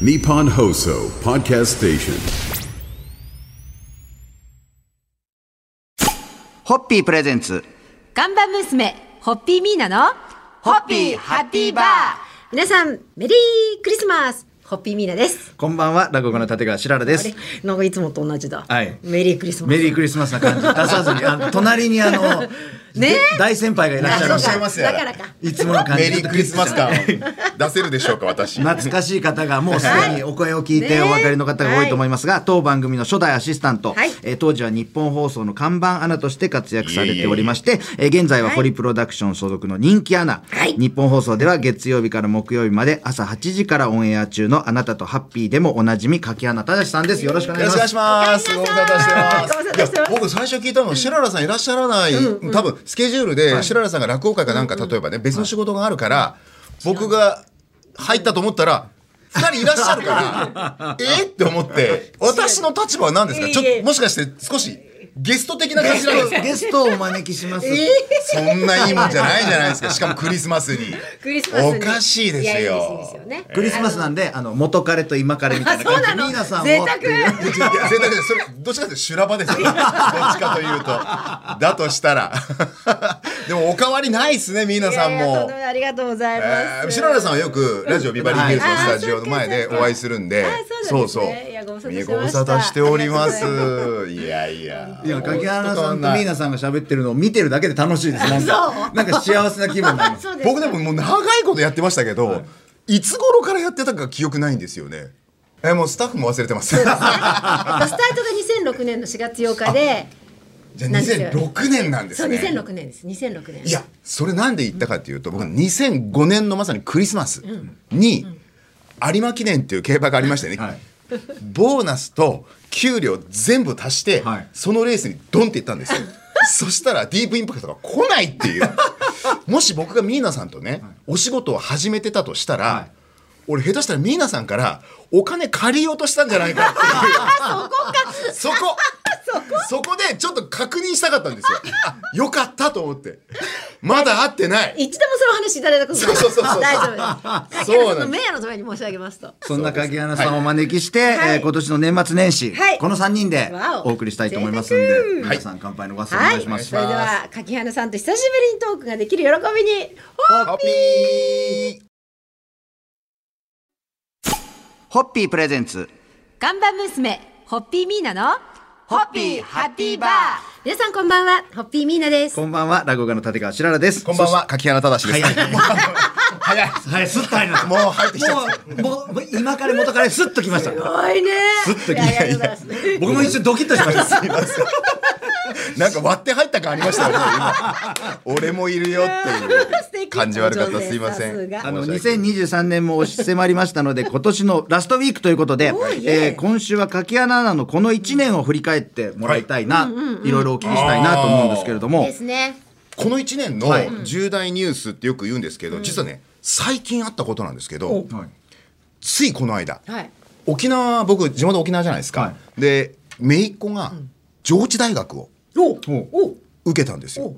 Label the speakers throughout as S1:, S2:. S1: Nippon Hoso Podcast Station.
S2: ホッピープレゼンツ。
S3: 看板娘、ホッピーミーナの、
S2: ホッピーハッピーバー
S3: 皆さん、メリークリスマスホッピーミーナです。
S4: こんばんは、落語家の立川しららで
S3: あれ
S4: す。
S3: なんかいつもと同じだ。
S4: はい
S3: メリークリスマス。
S4: メリークリスマスな感じ出さずに、あの隣にあの、で大先輩がいらっしゃる
S3: あ
S4: の
S3: そうか
S5: いらっしゃいますよ
S3: だからか。
S4: いつもの感じ
S5: メリークリスマス感を 出せるでしょうか、私。
S4: 懐かしい方がもうすでにお声を聞いてお分かりの方が多いと思いますが、当番組の初代アシスタント、
S3: はい
S4: えー当時は日本放送の看板アナとして活躍されておりまして、えー現在はホリプロダクション所属の人気アナ、
S3: はい
S4: 日本放送では月曜日から木曜日まで朝8時からオンエア中のあなたとハッピーでもおなじみ柿花正さんです。よろしくお
S5: よ
S4: 願い
S5: ろし
S4: し
S5: くお
S4: ま
S5: 願い
S4: す
S5: し。ま
S3: ご
S5: す。ご
S3: め
S5: 無
S3: ん
S5: 沙
S3: な
S5: 汰して
S3: さい
S5: ます。い
S3: ご無沙汰してます、
S5: や僕最初聞いたの、シララさんいらっしゃらない、多分スケジュールで、シララさんが落語会かなんか、例えばね、別の仕事があるから、僕が入ったと思ったら、二人いらっしゃる から、えーって思って、私の立場は何ですかちょ
S3: いえいえ
S5: っと、もしかして少し、ゲスト的な感じなんですか
S4: ゲストをお招きします。
S5: そんないいもんじゃないじゃないですか。しかもクリスマスに。
S3: クリスマスに
S5: おかしいですよ。
S3: ややこしいですよね
S4: クリスマスなんで、あの、元彼と今彼みたいな感じで、ミーナさんを。
S3: 贅沢
S5: いや贅沢ですそれどっちかというと修羅場ですよどっちかというとだとしたら でもお変わりないですねみーなさん
S3: いやいやとんで
S5: も
S3: もないありがとうござい
S5: え
S3: ま
S5: ー
S3: す。
S5: 白原さんはよくラジオビバリーヒルズのスタジオの前で
S3: あーそうか
S5: お会いするんで
S3: あーそうなんですねいやご無沙汰してました
S5: ご無沙汰しておりますいやいや
S4: いや、柿原さんとミーナ
S5: さん
S4: さんが喋ってるのを見てるだけで楽しいです。なんか、なんか幸せな気分になり ます。
S3: そうです
S5: 僕で ももう長いことやってましたけど、い、つ頃からやってたか記憶ないんですよねえもうスタッフも忘れてますじ ゃ
S3: えっとスタートが2006年の4月8日で、
S5: あ2006年なんです
S3: そう
S5: ね
S3: 2006年です。2006年。
S5: いやそれなんで言ったかっていうと僕2005年のまさにクリスマスに有馬記念っていう競馬がありましてね、
S4: はい
S5: ボーナスと給料全部足して、
S4: はい
S5: そのレースにドンって行った んですよそしたらディープインパクトが来ないっていうもし僕がミーナさんとね、お仕事を始めてたとしたら、
S4: はい
S5: 俺下手したらミーナさんからお金借りようとしたんじゃないかっていうそこか そこそこでちょっと確認したかったん ですよあよかったと思ってまだ会ってない
S3: 一度もその話いただいたことない。
S5: そうそうそうそう
S3: 大丈夫です。
S5: そうなんです
S3: の名誉のために申し上げますと。
S4: そんな鍵穴さんをお招きして、
S3: いはい
S4: えー今年の年末年始、
S3: はい
S4: この3人で
S3: わお
S4: お送りしたいと思いますん
S3: 贅
S4: で、
S3: 沢
S4: 皆さん乾杯のご発声お
S3: は
S4: 願
S3: い。
S4: いしま
S3: そ
S4: す。
S3: れでは柿花さんと久しぶりにトークができる喜びに。
S5: ハッピー
S2: ホッピープレゼンツ。
S3: 看板娘、ホッピーミーナの、ホッ
S2: ピーハッピーバー。
S3: 皆さんこんばんは、ホッピーミーナです。
S4: こんばんは、落語家の立川しららです。
S5: こんばんは柿原正です
S4: 早い
S5: もう 早い
S4: はい、すっと入りました。
S5: もう入ってきちゃっ
S4: もう、もう、今から元彼すっと来ました。
S3: すごいね。
S4: ずっと
S3: いやいやありがとうございます
S4: 僕も一瞬ドキッとしました。
S5: なんか割って入った感ありましたよね 今俺もいるよ
S3: 素
S5: ってい
S3: 敵
S5: う感じ悪かったすいませ
S3: さす
S5: ん
S3: が
S4: あの
S5: 申し訳ない
S4: 2023年も押し迫りましたので今年のラストウィークということで
S3: おー、いえ
S4: えー今週は柿穴アナのこの1年を振り返ってもらいたいな、い、ろいろお聞きしたいなと思うんですけれども
S3: ですね。
S5: この1年
S4: はい
S5: の重大ニュースってよく言うんですけど、実はね最近あったことなんですけど
S4: はい
S5: ついこの間、
S3: はい。
S5: 沖縄僕地元沖縄じゃないですか、
S4: は
S5: で姪っ子が上智大学を
S3: お
S4: お
S3: お
S5: 受けたんですよ、
S4: はい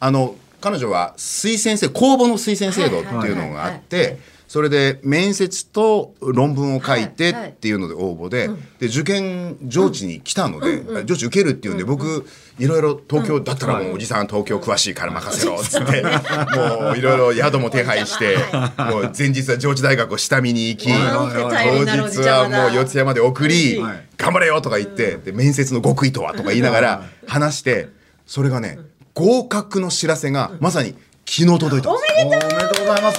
S5: あの彼女は推薦制公募の推薦制度っていうのがあってそれで面接と論文を書いてっていうので応募で,、で受験上智に来たので、あ上智受けるっていうんで、僕いろいろ東京だったらもうおじさん東京詳しいから任せろっつって、もういろいろ宿も手配して、もう前日は上智大学を下見に行 き、
S3: なんて頼りになるおじち
S5: 当日
S3: ゃ
S5: は
S3: まだ
S5: もう四ツ谷まで送り、
S4: はい
S5: 頑張れよとか言って、で面接の極意とはとか言いながら話してそれがね合格の知らせがまさに昨日届いたんです
S4: おめでとうございます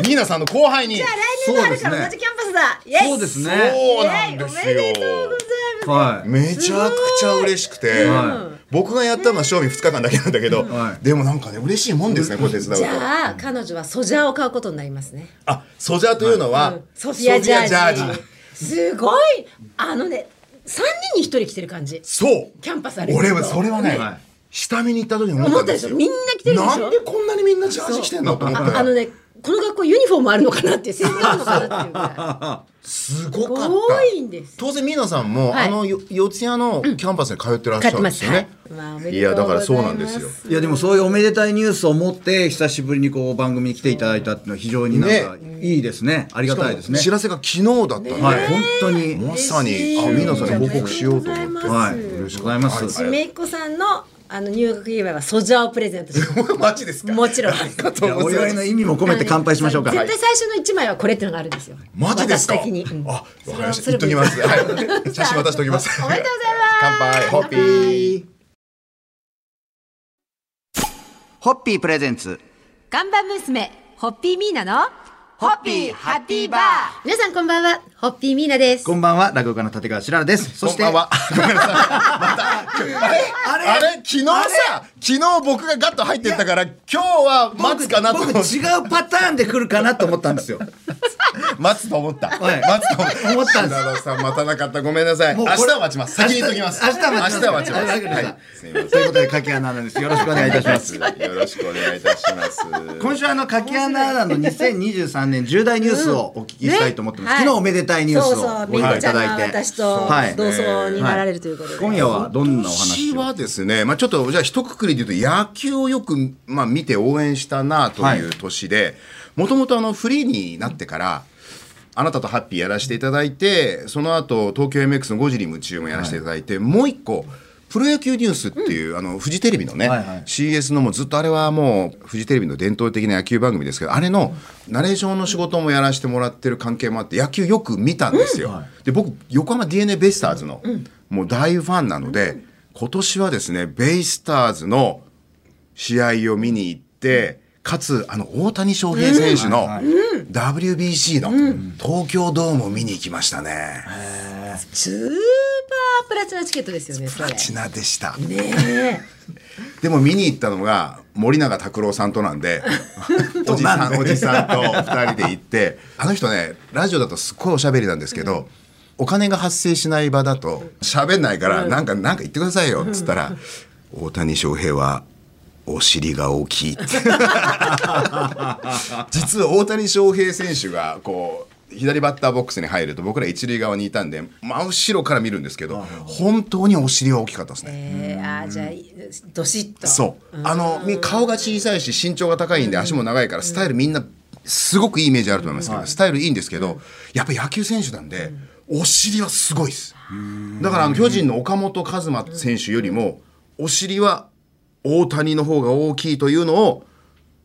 S5: ニーナさんの後輩に
S3: じゃあ来年の春から同じキャンパスだ。イエイ
S4: そうですね
S5: そうなんですよ
S3: イエイおめでとうございます。
S4: はい
S5: めちゃくちゃ嬉しくて、
S4: は
S5: 僕がやったのは賞味2日間だけなんだけど、
S4: はい
S5: でもなんかね嬉しいもんですねこう手伝うと
S3: じゃあ彼女はソジャーを買うことになりますね。
S5: あソジャーというのは、
S3: ソフィアジャージ。
S5: ソフィアジャージ
S3: すごいあのね三人に一人来てる感じ。
S5: そう
S3: キャンパス歩いてる
S5: 俺はそれはね、
S4: はい
S5: 下見に行った時に思
S3: 思った
S5: っ
S3: た
S5: ん
S3: で
S5: で
S3: し
S5: す
S3: ょ
S5: よ
S3: みんな来てるでしょ
S5: なんでこんなにみんなジャージ着てんのと思った
S3: あ
S5: よ
S3: あのねこの学校ユニフォームあるのかなって制服あるのかなっていうぐ ら
S5: すごかっ
S3: い
S5: た
S3: 多いんです
S5: 当然皆さんも、
S3: はい
S5: あのよ四谷のキャンパスに通ってらっし
S3: 買っ
S5: ゃる
S3: て
S5: ん
S3: ま
S5: ですすよね、
S3: はいまあおめ
S5: い
S3: でと
S5: や
S3: うござ
S5: だ
S3: い
S5: か
S3: ま
S5: ら
S3: す
S5: そうなんですよ
S4: いやでもそういうおめでたいニュースを持って久しぶりにこう番組に来ていただいたっていうのは非常になんかいいですねありがたいですね
S5: 知らせが昨日だったんで、
S4: はい本当に
S5: まさに
S3: 嬉しい
S5: あ皆さんに報告しようと
S3: おめで
S5: 思
S3: とう
S5: って
S3: ございま
S4: は
S3: す
S4: いよろしくお願いします
S3: めいっ子さんのあの入学祝いはソジャーをプレゼントします
S5: マジですか
S3: もちろん
S4: じゃあお祝いの意味も込めて乾杯しましょうか
S3: 絶対最初の一枚はこれっていうのがあるんですよ。
S5: マジですか
S3: 私的に。うん
S5: あ、わかりました
S3: それ
S5: 言っ
S3: は
S5: ときます、はい、写真渡しておきます
S3: おめでとうございます。
S5: 乾杯ホッピー
S2: ホッピープレゼンツ
S6: 看板娘、ホッピーミーナの、
S2: ホッピーハッピーバー
S6: 皆さんこんばんは、ホッピーミーナです。
S4: こんばんは落語家の立川しららです そ
S5: そし
S4: して
S5: てはごめんなさいまたあれあれ昨日さ昨日僕がガッと入ってったから今日は待つかなと
S4: 僕
S5: 思
S4: 僕
S5: っ
S4: 違うパターンで来るかなと思ったんです よ
S5: 待つと思った、
S4: はい
S5: 待つと思った
S4: 思ったんです
S5: 品田さん待たなかったごめんなさい
S4: も
S5: 明
S4: う
S5: 日
S4: これ
S5: は待ちます先に言っときます
S4: 明日明日は待ちます
S5: 明は待ちます
S4: はいわかりました
S5: はいすいません
S4: ということで柿穴アナですよろしくお願いいたします
S5: よろしくお願いいたします。
S4: 今週あの柿穴アナの2023年重大ニュースをお聞きしたいと思ってます、
S3: ねはい
S4: 昨日おめでたいニュース
S3: そう
S4: を
S3: そう、
S4: ご
S3: めい
S4: 覧
S3: こ
S4: い
S3: ちゃ
S4: た
S3: んが
S4: だいて
S3: 私と
S4: はい
S3: 同窓になられるということで。
S4: 今夜はどんなお話
S5: 私
S4: を
S5: はですね、まあ、ちょっとじゃあ一括りで言うと野球をよく、まあ、見て応援したなという年でもともとフリーになってからあなたとハッピーやらせていただいてその後東京 MX の「5時に夢中」もやらせていただいて、もう一個プロ野球ニュースっていう、あのフジテレビのね、
S4: はいはい
S5: CS のもうずっとあれはもうフジテレビの伝統的な野球番組ですけどあれのナレーションの仕事もやらせてもらってる関係もあって野球よく見たんですよ。で僕横浜 d n a ベイスターズのもう大ファンなので、今年はですねベイスターズの試合を見に行って、かつあの大谷翔平選手の WBC の東京ドームを見に行きましたね。
S3: スーパープラチナチケットですよね、それ。
S5: ちなでした。
S3: ね
S5: でも見に行ったのが森永卓郎さんとなん でおじさんおじさんと2人で行ってあの人ねラジオだとすっごいおしゃべりなんですけど、お金が発生しない場だと喋んないから、なんかなんか言ってくださいよっつったら、大谷翔平はお尻が大きい って。実は大谷翔平選手がこう左バッターボックスに入ると僕ら一塁側にいたんで真後ろから見るんですけど本当にお尻は大きかったですね。
S3: え。えー、あーじゃあ、どしっと。
S5: そうあのみ顔が小さいし身長が高いんで足も長いからスタイルみんなすごくいいイメージあると思いますけど、スタイルいいんですけど、やっぱ野球選手なんで、お尻はすごいですだからあの巨人の岡本和真選手よりもお尻は大谷の方が大きいというのを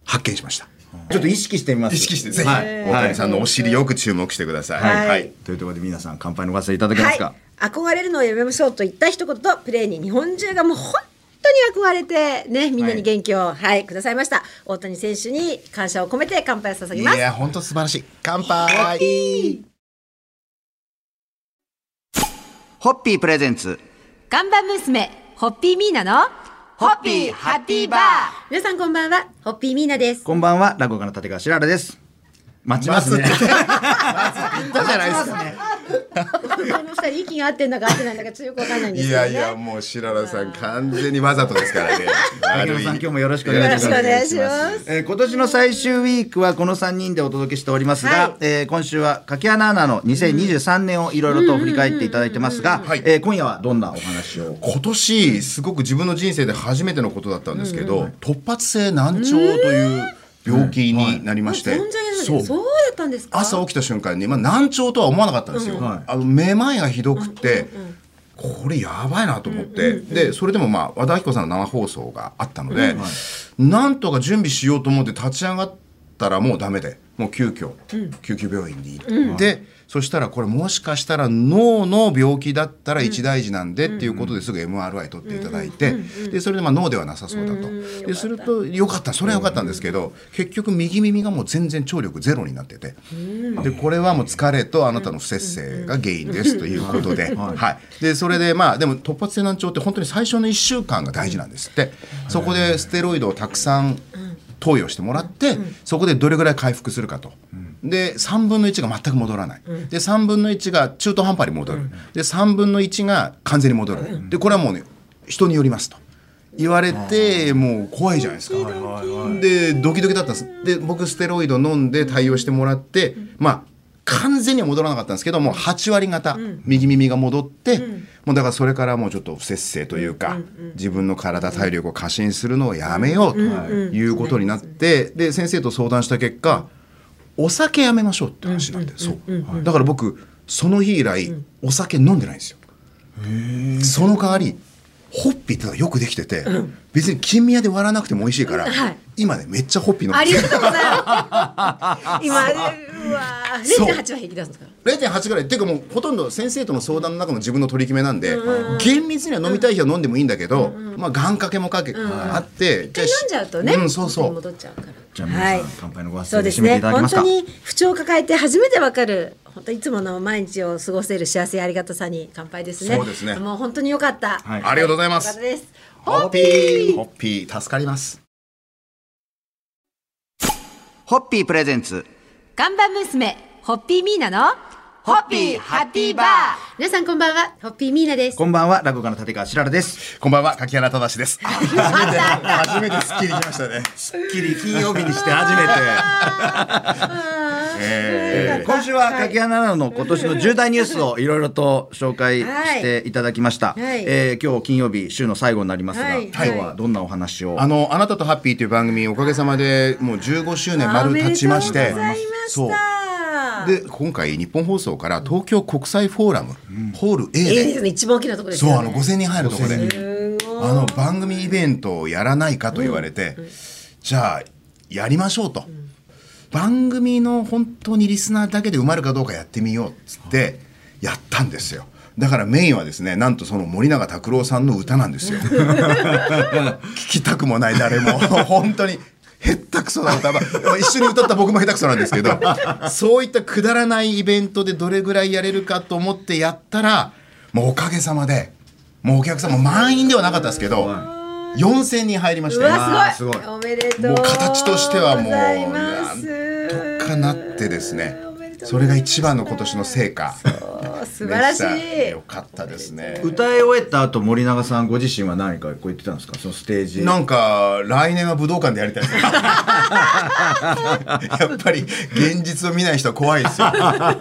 S5: 発見しました
S4: ちょっと意識してみます
S5: 意識してぜひ、
S4: はい
S5: 大
S4: はい
S5: 谷さんのお尻よく注目してください、
S3: はい
S4: というところで皆さん乾杯のご発声いただけま
S3: は
S4: す
S3: い
S4: か、。
S3: 憧れるのをやめましょうと言った一言と、プレーに日本中がもう本当に憧れて、ね、みんなに元気を、はい、くださいました。大谷選手に感謝を込めて乾杯を捧げます。
S5: いや本当素晴らしい乾杯
S2: ホッピープレゼンツ
S6: 看板娘、ホッピーミーナの、
S2: ホッピーハッピーバー
S3: 皆さんこんばんは、ホッピーミーナです。
S4: こんばんは落語家の立川しららです待ちますね
S5: 待つだじゃないですか
S3: この二人息が合ってんだか合ってないんだかちょっとよくわかんないんです
S5: い
S3: けど、
S5: や
S3: ね。
S5: いやもう白良さん完全にわざとですからね。
S4: 竹山さん今日もよろしくお願いします。
S3: よろしくお願いします
S4: えー今年の最終ウィークはこの3人でお届けしておりますが、
S3: はい
S4: えー今週は柿穴アナの2023年をいろいろと振り返っていただいてますが、
S5: はい
S4: えー今夜はどんなお話を
S5: 今年すごく自分の人生で初めてのことだったんですけど、突発性難聴という病気になりまして、
S3: 存じ上げない
S5: そう
S3: そうだったんですか。
S5: 朝起きた瞬間に、まあ、難聴とは思わなかったんですよ、
S4: はい
S5: あのめまいがひどくて、これやばいなと思って、でそれでも、まあ、和田アキ子さんの生放送があったので、なんとか準備しようと思って立ち上がったらもうダメでもう急遽、救急病院に行って、そしたらこれもしかしたら脳の病気だったら一大事なんでっていうことですぐ MRI 取っていただいて、でそれでまあ脳ではなさそうだと、でするとよかったそれはよかったんですけど、結局右耳がもう全然聴力ゼロになってて、でこれはもう疲れとあなたの不摂生が原因ですということで,、はい、でそれでまあでも突発性難聴って本当に最初の1週間が大事なんですってそこでステロイドをたくさん投与してもらってそこでどれぐらい回復するかと。で3分の1が全く戻らないで3分の1が中途半端に戻るで3分の1が完全に戻るでこれはもうね人によりますと。言われてもう怖いじゃないですか。でドキドキだったんです。で僕ステロイド飲んで対応してもらって、まあ完全には戻らなかったんですけどもう8割方右耳が戻って、もうだからそれからもうちょっと不節制というか、自分の体体力を過信するのをやめようということになって、で先生と相談した結果お酒やめましょうって話なんで、そう、だから僕その日以来、お酒飲んでないんですよ。その代わりホッピーってのがよくできてて、別に金宮で割らなくても美味しいから、
S3: はい
S5: 今ねめっちゃホッピー飲ん
S3: あ
S5: で
S3: り
S5: る
S3: がとうございます。今、うわー、
S5: そう
S3: 0.8は平気出すんですか
S5: 0.8ぐらいっていうかもうほとんど先生との相談の中の自分の取り決めなんで、厳密には飲みたい日は飲んでもいいんだけど、まあ願掛けもかけ、あって
S3: 一回飲んじゃうとね、
S5: うん、そうそ
S3: 元
S5: う
S3: に戻っちゃうから。
S4: じゃあ皆さん、乾杯のご発
S3: そう
S4: 声
S3: で
S4: です締めて
S3: ね
S4: いただけ
S3: 本
S4: ます
S3: 当
S4: か。
S3: に不調を抱えて初めてわかる本当いつもの毎日を過ごせる幸せやありがたさに乾杯ですね
S5: そうですね
S3: もう本当に良かった、
S4: はい
S5: ありがとうございます
S3: 良かったです
S5: ホッピーホッピー助かります
S2: ホッピープレゼンツ
S6: 看板娘、ホッピーミーナの
S2: ホッピーハッピーバー
S6: 皆さんこんばんは、ホッピーミーナです。
S4: こんばんは、落語家の立川しららです。
S5: こんばんは柿原忠です 初めてスッキリきましたね
S4: すっきり金曜日にして初めて。えー今週は柿原奈々の今年の重大ニュースをいろいろと紹介していただきました。
S3: はい
S4: えー今日金曜日週の最後になりますが、
S3: はい
S4: 今日はどんなお話を。
S5: あの「あなたとハッピー」という番組おかげさまでもう15周年丸経ちまし
S3: おめで
S5: て
S3: とうございまし
S5: そう
S3: た
S5: で今回日本放送から東京国際フォーラム、ホール A
S3: いい
S5: で
S3: ですね一番大きなところです
S5: そう
S3: よ
S5: あ
S3: ね
S5: の5000人入るところで、あの番組イベントをやらないかと言われて、じゃあやりましょうと、番組の本当にリスナーだけで埋まるかどうかやってみようっつってやったんですよだからメインはですねなんとその森永卓郎さんの歌なんですよ聞きたくもない誰も本当にへったくそな歌ば一緒に歌った僕も下手くそなんですけどそういったくだらないイベントでどれぐらいやれるかと思ってやったらもうおかげさまでもうお客さんも満員ではなかったですけど4,000人入りまし
S3: う
S5: て
S3: わすごい
S4: あーすごい
S3: おめでとう
S5: もう形としてはもう
S3: ございます
S5: なんとかなってですね
S3: おめでとうございます
S5: それが一番の今年の成果
S3: お素晴らし
S5: でた
S3: い
S5: よかったですね
S4: 歌い終えた後森永さんご自身は何かこう言ってたんですかそのステージ
S5: なんか来年は武道館でやりた いですねやっぱり現実を見ない人は怖いですよいや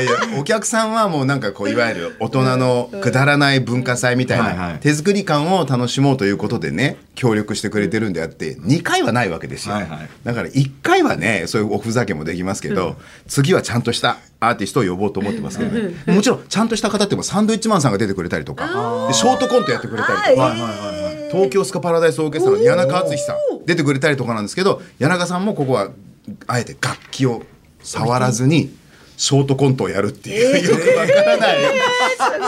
S5: いやお客さんはもうなんかこういわゆる大人のくだらない文化祭みたい
S4: はいは
S5: ない手作り感を楽しもうということでね協力してくれてるんであって2回はないわけですよ、
S4: はいはい
S5: だから1回はねそういうおふざけもできますけど、次はちゃんとしたアーティストを呼ぼうと思ってますけどねもちろんちゃんとした方ってもサンドウィッチマンさんが出てくれたりとかでショートコントやってくれたりとか。
S4: はいはいはいはい
S5: 東京スカパラダイスオーケストラの柳中敦さん出てくれたりとかなんですけど柳中さんもここはあえて楽器を触らずにショートコントをやるっていう、よくわからない、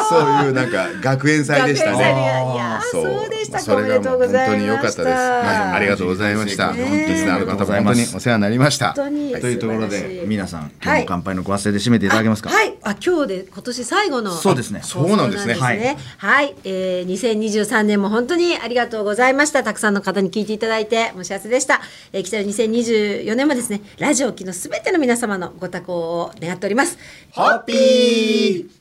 S5: そういうなんか学園祭でした
S3: 学園祭で
S5: ね。
S3: いや
S5: そう
S3: そうでしたか
S5: それがもう
S3: おめでとうございました
S5: 本当に良かったです。はい、ありがとうございました。リスナーの方も本当にお世話になりました。
S3: 本当に
S4: というところ
S3: 素晴らし
S4: で
S3: い
S4: 皆さん今日
S3: はい
S4: の乾杯のご発声で締めていただけますか、
S3: はい、あ今日で今年最後の
S4: そうですね
S5: そうなんですね
S3: そうなんですねはい、えー、2023年も本当にありがとうございましたたくさんの方に聞いていただいてお幸せでした、えー、来たる2024年もですねラジオ機のすべての皆様のご多幸を願っております
S5: ハッピー